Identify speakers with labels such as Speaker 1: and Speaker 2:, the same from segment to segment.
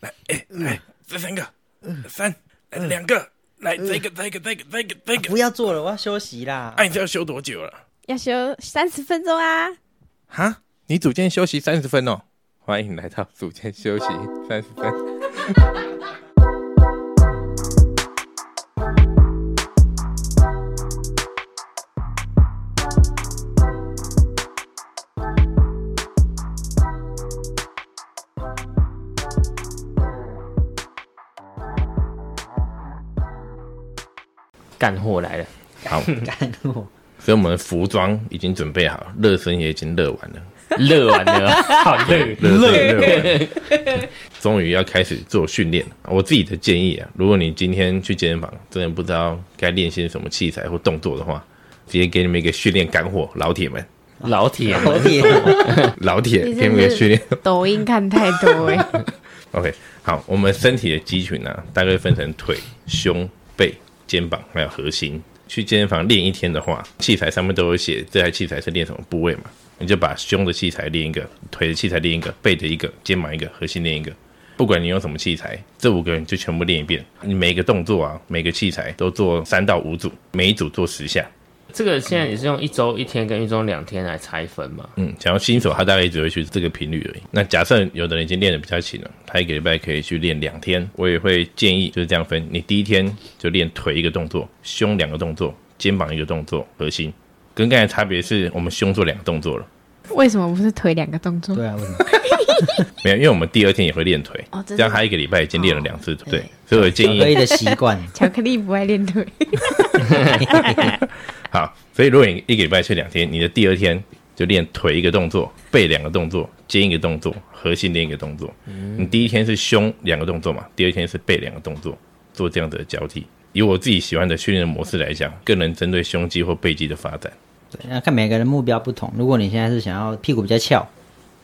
Speaker 1: 来，哎，来，这三个，三，来两个，来这个，这个，这个，这个，这个
Speaker 2: 不。要做了，我要休息啦。
Speaker 1: 哎，你这要休多久了？
Speaker 3: 要休三十分钟啊！
Speaker 1: 哈，你组间休息三十分哦。欢迎来到组间休息三十分。
Speaker 4: 干货来了，
Speaker 1: 好，
Speaker 2: 干哎我，
Speaker 1: 所以我们的服装已经准备好了，热身也已经热完了，
Speaker 4: 热完了， 好热，
Speaker 1: 热身热完了， 终于要开始做训练了。我自己的建议啊，如果你今天去健身房，真的不知道该练些什么器材或动作的话，直接给你们一个训练干货，老铁们，
Speaker 4: 老铁们，
Speaker 2: 好铁哦，
Speaker 1: 老铁，给
Speaker 3: 你
Speaker 1: 你
Speaker 3: 真
Speaker 1: 们一
Speaker 3: 的
Speaker 1: 个训练。
Speaker 3: 抖音看太多哎、欸，
Speaker 1: OK，好，我们身体的肌群呢、啊，大概分成腿、胸、背、肩膀还有核心。去健身房练一天的话，器材上面都有写这台器材是练什么部位嘛，你就把胸的器材练一个，腿的器材练一个，背的一个，肩膀一个，核心练一个。不管你用什么器材，这五个人就全部练一遍。你每个动作啊，每个器材都做三到五组，每一组做十下。
Speaker 4: 这个现在也是用一周一天跟一周两天来拆分嘛？
Speaker 1: 嗯，想要新手，他大概只会去这个频率而已。那假设有的人已经练得比较勤了，他一个礼拜可以去练两天。我也会建议就是这样分：你第一天就练腿一个动作，胸两个动作，肩膀一个动作，核心。跟刚才差别是我们胸做两个动作了，
Speaker 3: 为什么不是腿两个动作？
Speaker 2: 对啊，为什么？
Speaker 1: 没有，因为我们第二天也会练腿，
Speaker 3: 哦真的
Speaker 1: 这样他一个礼拜已经练了两次腿。对，所以我建议
Speaker 2: 可以的习惯，
Speaker 3: 巧克力不爱练腿，
Speaker 1: 好，所以如果你一个礼拜去两天，你的第二天就练腿一个动作，背两个动作，肩一个动作，核心练一个动作。你第一天是胸两个动作嘛，第二天是背两个动作，做这样子的交替。以我自己喜欢的训练模式来讲，更能针对胸肌或背肌的发展。
Speaker 2: 对那看每个人目标不同。如果你现在是想要屁股比较翘，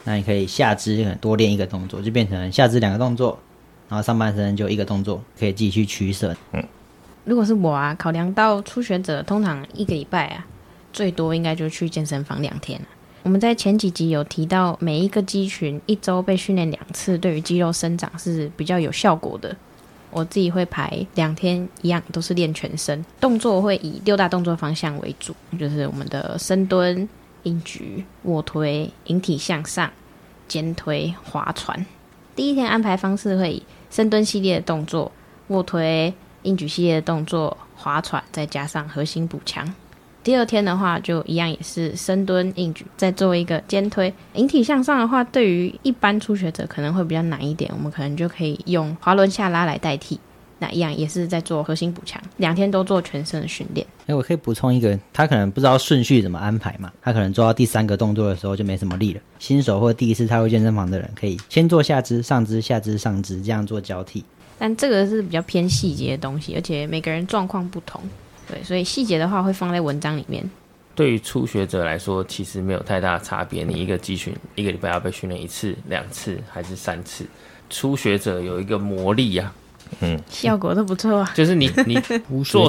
Speaker 2: 那你可以下肢可能多练一个动作，就变成下肢两个动作，然后上半身就一个动作，可以自己去取舍。
Speaker 3: 如果是我啊，考量到初学者通常一个礼拜啊，最多应该就去健身房两天、啊、我们在前几集有提到，每一个肌群一周被训练两次，对于肌肉生长是比较有效果的。我自己会排两天，一样都是练全身，动作会以六大动作方向为主，就是我们的深蹲、硬举、卧推、引体向上、肩推、划船。第一天安排方式会以深蹲系列的动作、卧推、硬举系列的动作、划船，再加上核心补强。第二天的话，就一样也是深蹲、硬举，再做一个肩推。引体向上的话，对于一般初学者可能会比较难一点，我们可能就可以用滑轮下拉来代替。那一样也是在做核心补强，两天都做全身的训练。
Speaker 2: 哎，我可以补充一个，他可能不知道顺序怎么安排嘛，他可能做到第三个动作的时候就没什么力了。新手或第一次踏入健身房的人，可以先做下肢、上肢、下肢、上肢这样做交替。
Speaker 3: 但这个是比较偏细节的东西，而且每个人状况不同，对，所以细节的话会放在文章里面。
Speaker 4: 对于初学者来说，其实没有太大差别。你一个肌群一个礼拜要被训练一次、两次还是三次？初学者有一个魔力呀、
Speaker 3: 效果都不错啊
Speaker 4: 啊，，就是你 你做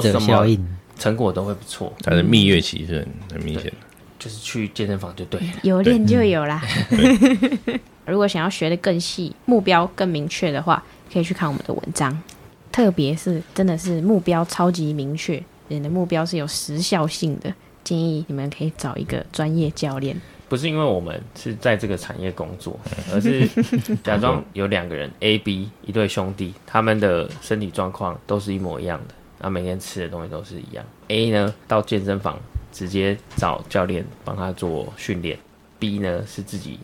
Speaker 2: 学者
Speaker 4: 什
Speaker 2: 效
Speaker 4: 么
Speaker 2: 应，
Speaker 4: 成果都会不错，
Speaker 1: 它的蜜月期是很很明显的。
Speaker 4: 就是去健身房就对了。
Speaker 3: 有练就有啦。
Speaker 4: 嗯
Speaker 3: 如果想要学的更细，目标更明确的话，可以去看我们的文章。特别是真的是目标超级明确，你的目标是有时效性的，建议你们可以找一个专业教练。
Speaker 4: 不是因为我们是在这个产业工作，而是假装有两个人 A、B 一对兄弟，他们的身体状况都是一模一样的，那每天吃的东西都是一样。A 呢到健身房直接找教练帮他做训练，B 呢是自己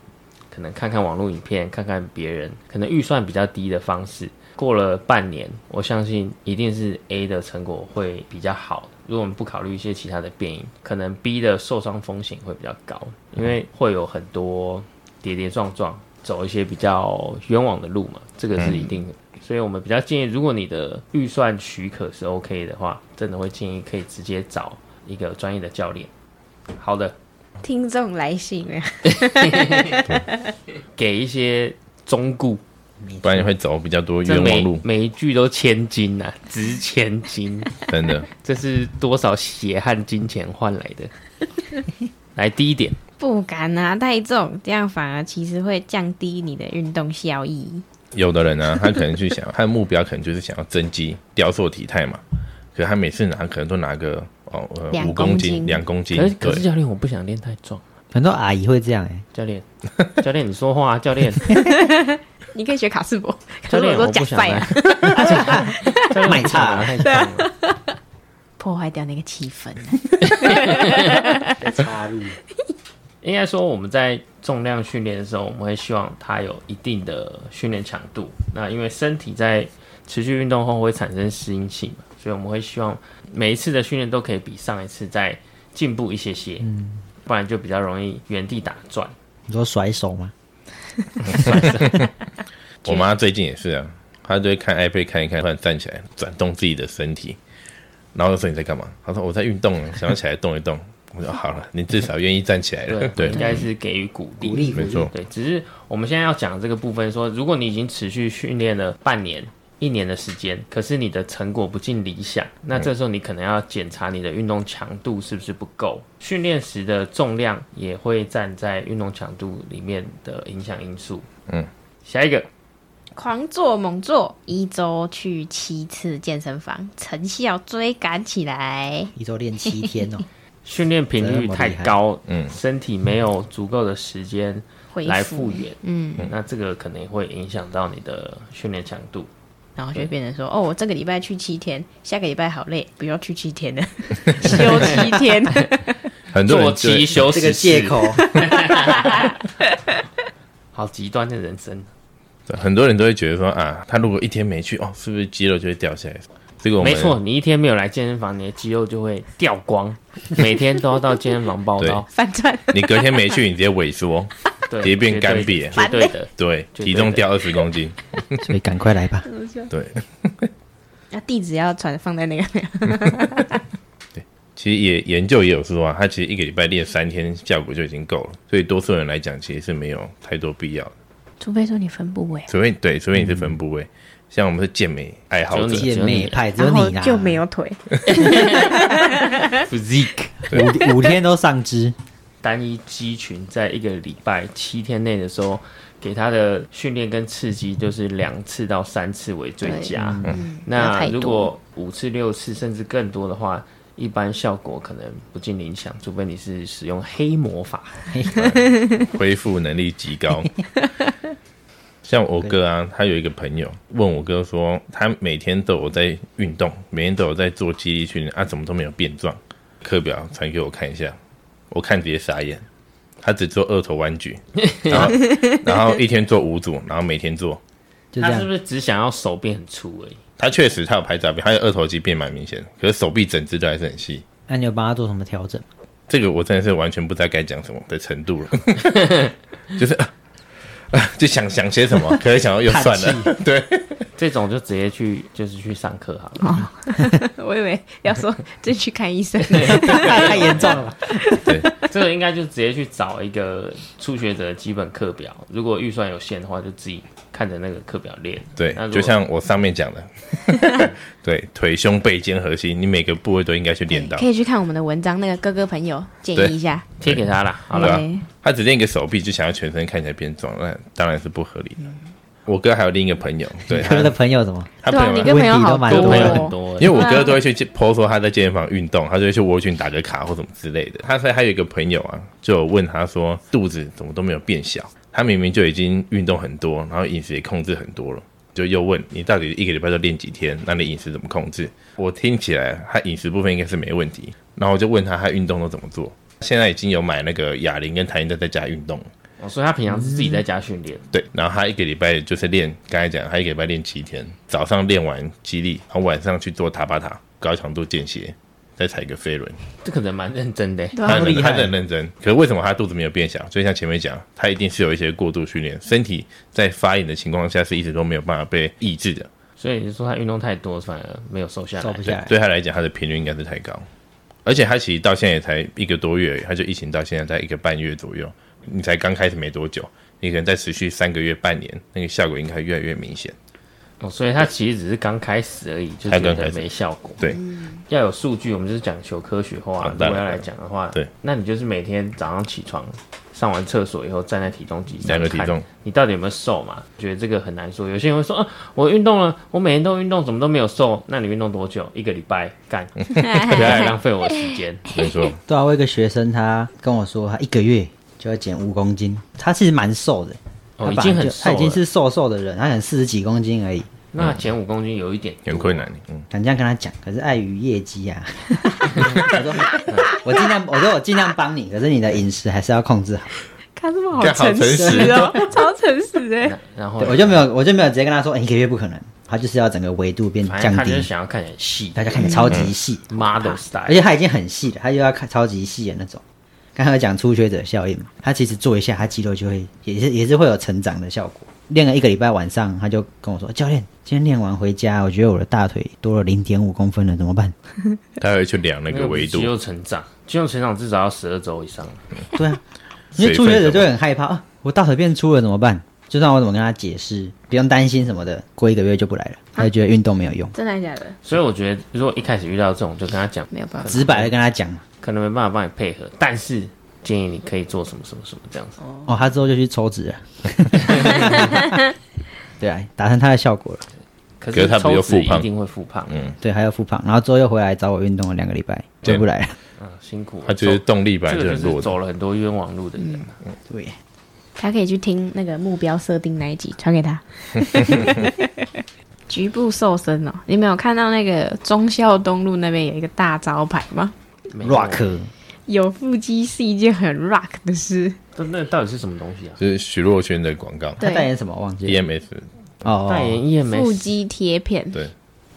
Speaker 4: 可能看看网络影片，看看别人可能预算比较低的方式。过了半年，我相信一定是 A 的成果会比较好。如果我们不考虑一些其他的变因，可能 B 的受伤风险会比较高，因为会有很多跌跌撞撞，走一些比较冤枉的路嘛，这个是一定的。所以我们比较建议，如果你的预算许可是 OK 的话，真的会建议可以直接找一个专业的教练。好的，
Speaker 3: 听众来信啊 了，
Speaker 4: 给一些忠固
Speaker 1: 不然你会走比较多
Speaker 4: 这
Speaker 1: 冤枉
Speaker 4: 每
Speaker 1: 路，
Speaker 4: 每一句都千金呐、 值千金，
Speaker 1: 真的。
Speaker 4: 这是多少血汗金钱换来的？ 来第一点，
Speaker 3: 啊不敢拿太重，这样反而其实会降低你的运动效益。
Speaker 1: 有的人呢、啊他可能去想，他的目标可能就是想要增肌、雕塑体态嘛。可他每次拿可能都拿个哦呃
Speaker 3: 两
Speaker 1: 五
Speaker 3: 公
Speaker 1: 斤、
Speaker 3: 斤
Speaker 1: 两公斤
Speaker 4: 可是，可是
Speaker 1: 嗯对，
Speaker 4: 教练，我不想练太壮。
Speaker 2: 很多阿姨会这样哎、
Speaker 4: 教练，教练，你说话、啊，教练，
Speaker 3: 你可以学卡斯伯，可
Speaker 4: 教
Speaker 3: 是
Speaker 4: 练，
Speaker 3: 都
Speaker 4: 我
Speaker 3: 假
Speaker 4: 不想
Speaker 3: 赛
Speaker 4: 来
Speaker 3: 啊，。
Speaker 4: 教练，
Speaker 2: 卖
Speaker 4: 我不想
Speaker 2: 惨
Speaker 4: 来太壮了。
Speaker 3: 破坏掉那个气氛啊。
Speaker 4: 应该说我们在重量训练的时候，我们会希望它有一定的训练强度。那因为身体在持续运动后会产生适应性嘛，所以我们会希望每一次的训练都可以比上一次再进步一些些，不然就比较容易原地打转。
Speaker 2: 你说甩手吗？
Speaker 1: 我妈最近也是啊，她就会看 iPad 看一看，突然站起来转动自己的身体，然后我说你在干嘛？她说我在运动啊，想要起来动一动。我说好了，你至少愿意站起来了，对
Speaker 4: 应，该是给予鼓励，
Speaker 2: 鼓励
Speaker 1: 没错
Speaker 4: 对，只是我们现在要讲这个部分说如果你已经持续训练了半年、一年的时间，可是你的成果不尽理想，那这时候你可能要检查你的运动强度是不是不够，训练时的重量也会站在运动强度里面的影响因素。
Speaker 1: 嗯，
Speaker 4: 下一个
Speaker 3: 狂做猛做，一周去七次健身房，成效追赶起来。
Speaker 2: 一周练七 天哦、
Speaker 4: 训练频率太高，
Speaker 1: 嗯
Speaker 4: 身体没有足够的时间
Speaker 3: 恢
Speaker 4: 来
Speaker 3: 复
Speaker 4: 复原，
Speaker 3: 嗯，
Speaker 4: 那这个可能会影响到你的训练强度。
Speaker 3: 然后就会变成说，哦，我这个礼拜去七天，下个礼拜好累，不要去七天了，休七天。
Speaker 1: 很多人
Speaker 4: 做
Speaker 1: 就会
Speaker 4: 七休
Speaker 2: 这个
Speaker 4: 十
Speaker 2: 借
Speaker 4: 四
Speaker 2: 口，
Speaker 4: 好极端的人生。
Speaker 1: 对很多人都会觉得说啊，他如果一天没去哦，是不是肌肉就会掉下来？这个我们
Speaker 4: 没错，，你一天没有来健身房，你的肌肉就会掉光，每天都要到健身房报道，
Speaker 3: 反转，
Speaker 1: 你隔天没去，你直接萎缩，
Speaker 4: 对，
Speaker 1: 直接变
Speaker 4: 绝对
Speaker 1: 干瘪
Speaker 4: 绝对的。
Speaker 1: 对，
Speaker 4: 绝对的
Speaker 1: 体重掉二十公斤，
Speaker 2: 所以赶快来
Speaker 4: 嗯
Speaker 2: 吧。
Speaker 1: 对，
Speaker 3: 那啊地址要传放在那个，
Speaker 1: 其实也研究也有说啊，他其实一个礼拜练三天效果就已经够了，所以多数人来讲其实是没有太多必要的，
Speaker 3: 除非说你分部位，
Speaker 1: 除非对，除非你是分部位，像我们是健美爱好者
Speaker 4: 只有，
Speaker 2: 健美派只有
Speaker 3: 然后
Speaker 2: 你啦，啊
Speaker 3: 就没有腿，
Speaker 4: physique
Speaker 2: 五五天都上肢，
Speaker 4: 单一肌群在一个礼拜七天内的时候，给他的训练跟刺激就是两次到三次为最佳。
Speaker 1: 嗯
Speaker 3: 不要
Speaker 4: 那
Speaker 3: 太多
Speaker 4: 如果五次、六次甚至更多的话，一般效果可能不尽理想，除非你是使用黑魔法。
Speaker 1: 恢复能力极高。像我哥啊，他有一个朋友问我哥说，他每天都有在运动，每天都有在做肌力训练啊，怎么都没有变壮？课表传给我看一下，我看直接傻眼。他只做二头弯举，然后然后一天做五组，然后每天做。
Speaker 2: 就这
Speaker 4: 他是
Speaker 2: 样
Speaker 4: 不。是只想要手变很粗而已？
Speaker 1: 他确实他有拍照片，他的二头肌变蛮明显的，可是手臂整只都还是很细。
Speaker 2: 那你有帮他做什么调整？
Speaker 1: 这个我真的是完全不知道该讲什么的程度了， 就是、啊啊就想想些什 么，可是想到又算了，对。
Speaker 4: 这种就直接去就是去上课好了。
Speaker 3: 哦 我以为要说就去看医生，
Speaker 2: 太严重了吧？
Speaker 4: 这个应该就直接去找一个初学者的基本课表，如果预算有限的话，就自己看着那个课表练。
Speaker 1: 对
Speaker 4: 那，如果
Speaker 1: 就像我上面讲的， 对，腿、胸、背、肩、核心，你每个部位都应该去练到
Speaker 3: 可。以去看我们的文章，那个哥哥朋友建议一下。
Speaker 4: 贴给他啦，好
Speaker 1: 对
Speaker 4: 了，
Speaker 1: 啊
Speaker 3: 对，
Speaker 1: 他只练一个手臂，就想要全身看起来变壮，那当然是不合理的。
Speaker 3: 嗯
Speaker 1: 我哥还有另一个朋友，对
Speaker 2: 他们的
Speaker 1: 他
Speaker 2: 朋友怎么？
Speaker 1: 他
Speaker 3: 对啊，
Speaker 1: 朋
Speaker 3: 你
Speaker 1: 友
Speaker 3: 跟
Speaker 1: 们，
Speaker 3: 朋友好
Speaker 2: 问题
Speaker 4: 这
Speaker 2: 都
Speaker 4: 个
Speaker 2: 蛮
Speaker 4: 朋友
Speaker 2: 多
Speaker 4: 很
Speaker 3: 多哦，
Speaker 4: 多欸，
Speaker 1: 因为我
Speaker 3: 对
Speaker 1: 哥
Speaker 3: 啊
Speaker 1: 都会去 po 说他在健身房运动，他就会去窝群打个卡或什么之类的。他所以他有一个朋友啊，就有问他说肚子怎么都没有变小，他明明就已经运动很多，然后饮食也控制很多了。就又问你到底一个礼拜都练几天？那你饮食怎么控制？我听起来他饮食部分应该是没问题，然后我就问他他运动都怎么做。现在已经有买那个哑铃跟弹力带在家运动了，
Speaker 4: 哦所以他平常是自己在家训练，
Speaker 1: 对，然后他一个礼拜就是练，刚才讲他一个礼拜练七天，早上练完肌力，然后晚上去做塔巴塔高强度间歇，再踩一个飞轮。
Speaker 4: 这可能蛮认真的欸。
Speaker 3: 对
Speaker 1: 他
Speaker 3: 啊
Speaker 2: 那，
Speaker 1: 很
Speaker 2: 厉害
Speaker 1: 他很认真，可是为什么他肚子没有变小？就像前面讲，他一定是有一些过度训练，身体在发炎的情况下是一直都没有办法被抑制的。
Speaker 4: 所以你说他运动太多，反而没有瘦下
Speaker 2: 瘦
Speaker 4: 来
Speaker 2: 不。
Speaker 1: 对
Speaker 2: 下，来。
Speaker 1: 对他来讲，他的频率应该是太高，而且他其实到现在也才一个多月而已，他就疫情到现在在一个半月左右，你才刚开始没多久，你可能再持续三个月、半年，那个效果应该越来越明显。
Speaker 4: 哦，所以它其实只是刚开始而已，就
Speaker 1: 才
Speaker 4: 觉
Speaker 1: 刚开
Speaker 4: 得
Speaker 1: 始
Speaker 4: 没效果。
Speaker 1: 对，
Speaker 4: 要有数据，我们就是讲求科学化。
Speaker 1: 啊
Speaker 4: 如
Speaker 1: 当
Speaker 4: 果
Speaker 1: 然
Speaker 4: 要来讲的话，
Speaker 1: 对，
Speaker 4: 那你就是每天早上起床，上完厕所以后，站在体重机上
Speaker 1: 量个体
Speaker 4: 看
Speaker 1: 重，
Speaker 4: 你到底有没有瘦嘛？觉得这个很难说。有些人会说啊，我运动了，我每天都运动，怎么都没有瘦？那你运动多久？一个礼拜 干，不要来浪费我的时间。
Speaker 1: 没错，
Speaker 2: 对啊，我有一个学生他跟我说，他一个月就要减五公斤，他其实蛮瘦的，
Speaker 4: 哦，已
Speaker 2: 他
Speaker 4: 经
Speaker 2: 本来
Speaker 4: 很
Speaker 2: 就
Speaker 4: 瘦
Speaker 2: 他
Speaker 4: 了，
Speaker 2: 已经是瘦瘦的人，他可能四十几公斤而已。
Speaker 4: 那减五公斤有一点
Speaker 1: 很困难。嗯，
Speaker 2: 敢这样跟他讲，可是碍于业绩 啊，我说我尽量，我说我尽量帮你，可是你的饮食还是要控制好。
Speaker 3: 看这么好
Speaker 1: 干好
Speaker 3: 诚
Speaker 1: 诚
Speaker 3: 实哦，超诚实哎、
Speaker 4: 然然后
Speaker 2: 对，我就没有，我就没有直接跟他说、欸、一个月不可能，他就是要整个维度变
Speaker 4: 反正
Speaker 2: 降
Speaker 4: 他就是嗯
Speaker 2: 低，
Speaker 4: 想要看起来细
Speaker 2: 大家看的超级细，
Speaker 4: ，model
Speaker 2: 而
Speaker 4: style，
Speaker 2: 且他已经很细了，他又要看超级细的那种。刚才有讲初学者效应嘛，他其实做一下，他肌肉就会也是也是会有成长的效果。练了一个礼拜，晚上他就跟我说：“教练，今天练完回家，我觉得我的大腿多了零点五公分了，怎么办
Speaker 1: 他会去量那
Speaker 4: 那
Speaker 1: 个
Speaker 4: 不
Speaker 1: 维
Speaker 4: 是
Speaker 1: 度
Speaker 4: 肌，肉成长，肌肉成长至少要十二周以上。？”
Speaker 2: 对啊，因为初学者就会很害怕啊，我大腿变粗了怎么办？就算我怎么跟他解释，不用担心什么的，过一个月就不来了，他就觉得运动没有用，
Speaker 3: 真的假的？
Speaker 4: 所以我觉得，如果一开始遇到这种，就跟他讲，
Speaker 3: 没有办法，
Speaker 2: 直白的跟他讲嘛。
Speaker 4: 可能没办法帮你配合，但是建议你可以做什么什么什么这样子。
Speaker 2: 哦，他之后就去抽脂了。 对啊，达成他的效果了。
Speaker 4: 可
Speaker 1: 可是
Speaker 4: 是
Speaker 1: 他不
Speaker 4: 抽
Speaker 1: 就
Speaker 4: 脂
Speaker 1: 复胖
Speaker 4: 一定会复胖，嗯，
Speaker 2: 对，还要复胖，然后之后又回来找我运动了两个礼拜，
Speaker 1: 对
Speaker 2: 回不来了。
Speaker 4: 啊辛苦。
Speaker 1: 他觉得
Speaker 4: 走
Speaker 1: 动力本
Speaker 4: 这
Speaker 1: 来就
Speaker 4: 个
Speaker 1: 很
Speaker 4: 就是
Speaker 1: 弱的。
Speaker 4: 走了很多冤枉路的人，啊
Speaker 2: 对，
Speaker 3: 他可以去听那个目标设定那一集，传给 他。局部瘦身哦，你没有看到那个忠孝东路那边有一个大招牌吗？
Speaker 1: 嗯
Speaker 4: 没有
Speaker 2: rock
Speaker 3: 有腹肌是一件很 rock 的事。
Speaker 4: 这那到底是什么东西啊？
Speaker 1: 就是徐若瑄的广告 E
Speaker 2: 他代
Speaker 3: 对，
Speaker 2: 言什么忘记了？
Speaker 1: ，EMS
Speaker 2: 哦，
Speaker 4: 代言
Speaker 3: 腹
Speaker 4: EMS，
Speaker 3: 肌贴片，
Speaker 1: 对，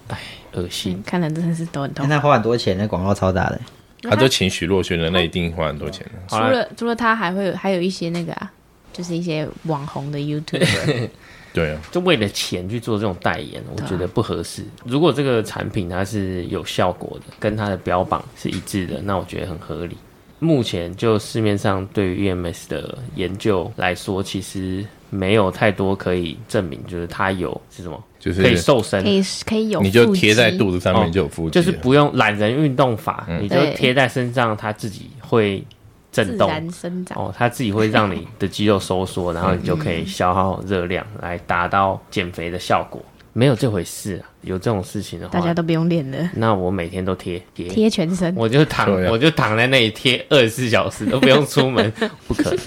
Speaker 1: 哎
Speaker 4: 恶心
Speaker 3: 嗯，看的真的是都很
Speaker 2: 那
Speaker 3: 痛。
Speaker 2: 他花很多钱，那广告超大的。
Speaker 1: 他都请徐若瑄的，那一定花很多
Speaker 4: 哦
Speaker 1: 钱的。
Speaker 3: 嗯除了除了他，还会有还有一些那个啊，就是一些网红的 YouTuber，
Speaker 1: 对啊，
Speaker 4: 就为了钱去做这种代言，我
Speaker 3: 啊
Speaker 4: 觉得不合适。如果这个产品它是有效果的，跟它的标榜是一致
Speaker 3: 嗯
Speaker 4: 的，那我觉得很合理。目前就市面上对于 EMS 的研究来说，其实没有太多可以证明，就是它有是什么，
Speaker 1: 就是
Speaker 4: 可以瘦身
Speaker 3: 可，以可
Speaker 4: 哦
Speaker 3: 以有
Speaker 1: 你就
Speaker 3: 腹肌
Speaker 1: 贴在肚子上面就有腹肌
Speaker 4: 就
Speaker 1: 了，
Speaker 4: 是不用懒人运动法，
Speaker 1: 嗯
Speaker 4: 你就
Speaker 3: 对
Speaker 4: 贴在身上，它自己会
Speaker 3: 自
Speaker 4: 震动。
Speaker 3: 然生长。
Speaker 1: 啊
Speaker 4: 哦，它自己会让你的肌肉收 缩，然后你就可以消耗热量来达到减肥的效果。没有这回事啊，有这种事情的话，
Speaker 3: 大家都不用练了，
Speaker 4: 那我每天都贴贴，
Speaker 3: 贴全身。
Speaker 4: 我就躺
Speaker 1: 对啊
Speaker 4: 我就躺在那里贴二十四小时都不用出门， 不可 能，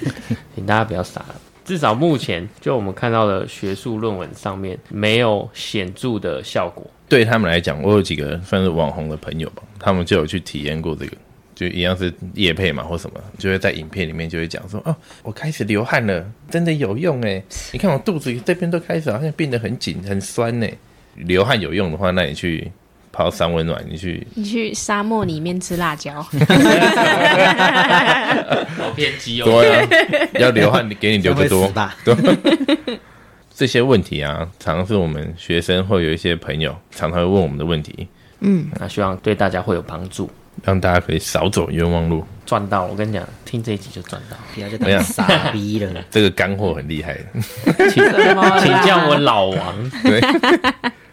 Speaker 4: 请大家不要傻了。至少目前就我们看到的学术论文上面没有显著的效果。
Speaker 1: 对他们来讲，我有几个算是网红的朋友吧，他们就有去体验过这个，就一样是夜配嘛或什么，就会在影片里面就会讲说，哦，我开始流汗了，真的有用哎！你看我肚子这边都开始好像变得很紧很酸呢。流汗有用的话，那你去泡三温暖，你去
Speaker 3: 你去沙漠里面吃辣椒，
Speaker 4: 好偏 激
Speaker 1: 多呀、啊 要流汗给你留得
Speaker 2: 会
Speaker 1: 多
Speaker 2: 死吧。
Speaker 1: 对，这些问题啊，常常是我们学生或有一些朋友常常会问我们的问题，
Speaker 4: 那希望对大家会有帮助，
Speaker 1: 让大家可以少走冤枉路。
Speaker 4: 赚到！我跟你讲，听这一集就赚到。
Speaker 2: 不要再当傻逼 了。
Speaker 1: 这个干货很厉害的，
Speaker 4: 嗯请
Speaker 3: 什么啦
Speaker 4: 请叫我老王。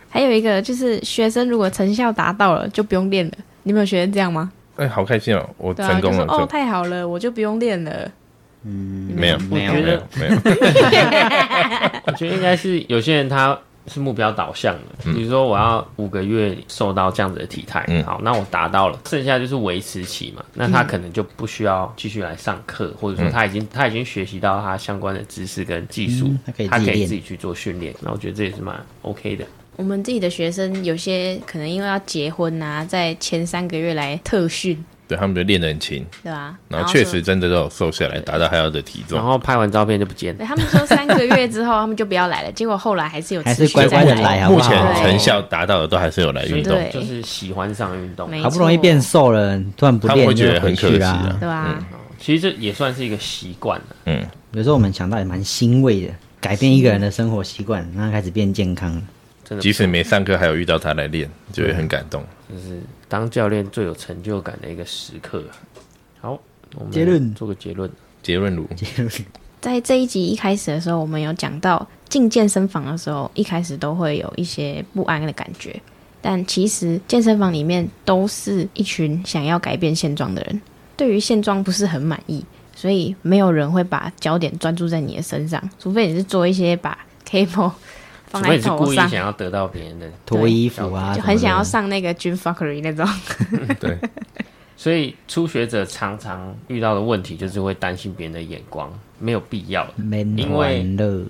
Speaker 3: 还有一个就是学生如果成效达到了，就不用练了。你们有学生这样吗？
Speaker 1: 哎、好开心哦！我
Speaker 3: 对啊，
Speaker 1: 成
Speaker 3: 就
Speaker 1: 功
Speaker 3: 说
Speaker 1: 了，
Speaker 3: 哦
Speaker 1: 就
Speaker 3: 太好了，我就不用练了。
Speaker 1: 没有，
Speaker 2: 没有
Speaker 1: 没 有，没有，
Speaker 4: 我觉得应该是有些人他是目标导向的，比如说我要五个月瘦到这样子的体态，
Speaker 1: 嗯
Speaker 4: 好，那我达到了，剩下就是维持期嘛。那
Speaker 2: 嗯
Speaker 4: 他可能就不需要继续来上课，或者说他已经他已经学习到他相关的知识跟技术
Speaker 2: 嗯他可以，
Speaker 4: 他
Speaker 2: 自己
Speaker 4: 可以
Speaker 2: 练
Speaker 4: 自己去做训练。那我觉得这也是蛮 OK 的。
Speaker 3: 我们自己的学生有些可能因为要结婚啊，在前三个月来特训，
Speaker 1: 对他们就练得很勤，
Speaker 3: 对吧？
Speaker 1: 然后确
Speaker 3: 说
Speaker 1: 实，真的都有瘦下来，达到他要的体
Speaker 4: 然
Speaker 1: 重。
Speaker 4: 后拍完照片就不见了。
Speaker 3: 对他们说三个月之后他们就不要来了，结果后来还是有
Speaker 2: 还是
Speaker 3: 持续在
Speaker 2: 乖乖地来好不
Speaker 1: 目
Speaker 2: 好
Speaker 1: 前
Speaker 3: 对
Speaker 1: 成效达到的都还是有来
Speaker 4: 所以
Speaker 1: 运动，
Speaker 3: 对
Speaker 4: 就是喜欢上运动，
Speaker 3: 没
Speaker 2: 好不容易变瘦了，突然不
Speaker 1: 他们
Speaker 2: 练
Speaker 1: 会
Speaker 2: 就
Speaker 1: 觉得
Speaker 2: 回
Speaker 1: 很可
Speaker 2: 去
Speaker 1: 惜
Speaker 2: 啦
Speaker 1: 啊。
Speaker 3: 对吧？
Speaker 4: 其实这也算是一个习惯了。
Speaker 2: 有时候我们想到也蛮欣慰的，改变一个人的生活习惯，让他开始变健康了。
Speaker 4: 真的
Speaker 1: 即使没上课，还有遇到他来练，就会很感动。
Speaker 4: 就是当教练最有成就感的一个时刻。好，我们
Speaker 2: 结论
Speaker 4: 做个结论。
Speaker 1: 结论如，
Speaker 3: 在这一集一开始的时候，我们有讲到进健身房的时候，一开始都会有一些不安的感觉，但其实健身房里面都是一群想要改变现状的人，对于现状不是很满意，所以没有人会把焦点专注在你的身上，除非你是做一些把 cable 放在
Speaker 4: 除非你是
Speaker 3: 头
Speaker 4: 故意
Speaker 3: 上
Speaker 4: 想，要得到别人的，
Speaker 2: 脱衣服啊，
Speaker 3: 就很想要
Speaker 2: 什
Speaker 3: 上那个 gym fuckery 那 种。
Speaker 1: 对，
Speaker 4: 所以初学者常常遇到的问题就是会担心别人的眼光，没有必要的，
Speaker 2: 么的，
Speaker 4: 因
Speaker 2: 没
Speaker 4: 为
Speaker 2: 玩乐，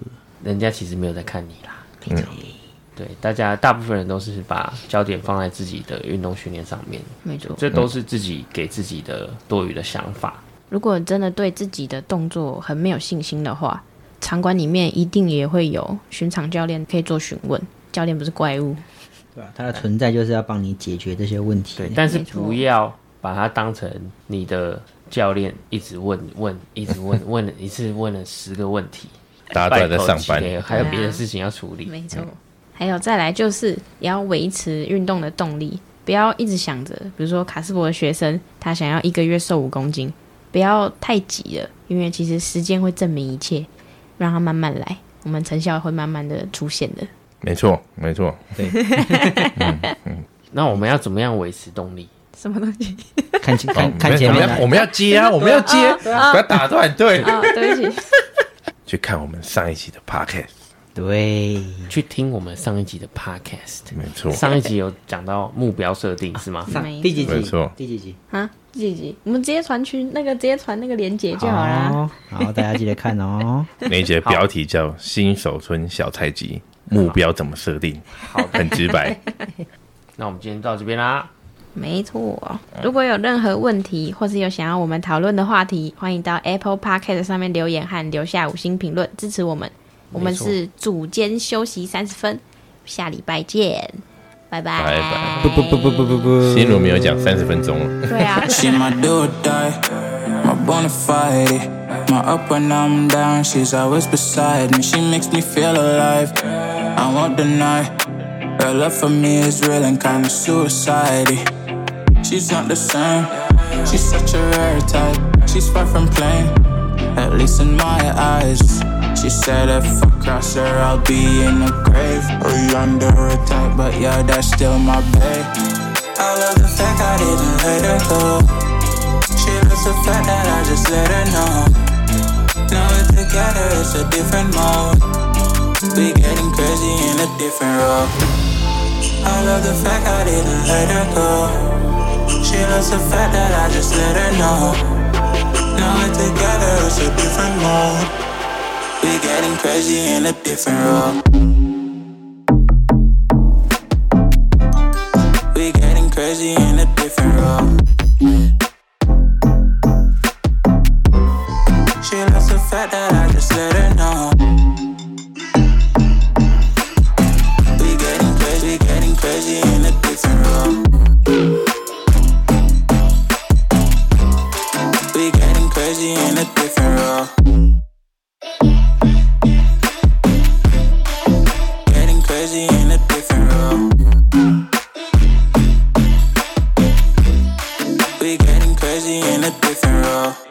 Speaker 4: 人家其实没有在看你啦。
Speaker 1: 嗯
Speaker 4: 对，大家大部分人都是把焦点放在自己的运动训练上面，
Speaker 3: 没
Speaker 1: 嗯
Speaker 3: 错，
Speaker 4: 这都是自己给自己的多余的想法。
Speaker 3: 如果真的对自己的动作很没有信心的话，场馆里面一定也会有巡场教练可以做询问。教练不是怪物，
Speaker 2: 对吧？它的存在就是要帮你解决这些问题
Speaker 1: 嗯
Speaker 4: 对，。但是
Speaker 3: 没错
Speaker 4: 不要把它当成你的教练，一直问问，一直 问问了一次问了十个问题，
Speaker 1: 大家都还在上
Speaker 4: 拜托几
Speaker 1: 班，
Speaker 4: 个还有别的事情要处理。
Speaker 3: 啊没错。还有再来就是也要维持运动的动力，不要一直想着，比如说卡斯伯的学生，他想要一个月瘦五公斤，不要太急了，因为其实时间会证明一切，让他慢慢来，我们成效会慢慢的出现的。
Speaker 1: 没错，没错，
Speaker 4: 那我们要怎么样维持动力？
Speaker 3: 什么东西？
Speaker 2: 看前
Speaker 1: 好
Speaker 2: 看看前
Speaker 1: 我们
Speaker 2: 面
Speaker 1: 要哦我
Speaker 2: 的，
Speaker 1: 们要接 啊，我们要接，不要打断，对，啊
Speaker 3: 哦，对不起，
Speaker 1: 去看我们上一期的 podcast，
Speaker 2: 对，
Speaker 4: 去听我们上一集的 podcast，
Speaker 1: 没错，
Speaker 4: 上一集有讲到目标设定是吗？
Speaker 2: 上
Speaker 3: 没错
Speaker 2: 第几集？
Speaker 1: 没错
Speaker 2: 第几集？
Speaker 3: 啊，姐姐，我们直接传去那个，直接传那个链接就好啦。
Speaker 2: 哦，好，大家记得看哦。
Speaker 1: 那一节标题叫《新手村小菜集》，目标怎么设定？
Speaker 4: 好的，
Speaker 1: 很直 白。
Speaker 4: 那我们今天到这边啦，
Speaker 3: 没错，
Speaker 1: 嗯
Speaker 3: 如果有任何问题，或是有想要我们讨论的话题，欢迎到 Apple Podcast 上面留言和留下五星评论支持我们。我们是组间休息三十分，下礼拜见，拜拜。
Speaker 1: 拜拜
Speaker 2: 不不不不不不不，
Speaker 1: 心如没有讲三十分钟了。
Speaker 3: 对 啊。
Speaker 5: She my do or die, my bona fide. My up when I'm down, she's always beside me. She makes me feel alive. I won't deny her love for me is real and kinda suicidal. She's not the same. She's such a rare type. She's far from plain, at least in my eyes. She said if I cross her, I'll be in the grave. Or yonder a type, but yeah, that's still my babe. I love the fact I didn't let her go. She loves the fact that I just let her know. Now we're together, it's a different mode. We getting crazy in a different role. I love the fact I didn't let her go. She loves the fact that I just let her know. Now we're together, it's a different mode. We getting crazy in a different role. We getting crazy in a different role. She loves the fact that I just let her know. We getting crazy, getting crazy in a different role. We getting crazy in a different role. Getting crazy in a different role. We getting crazy in a different role.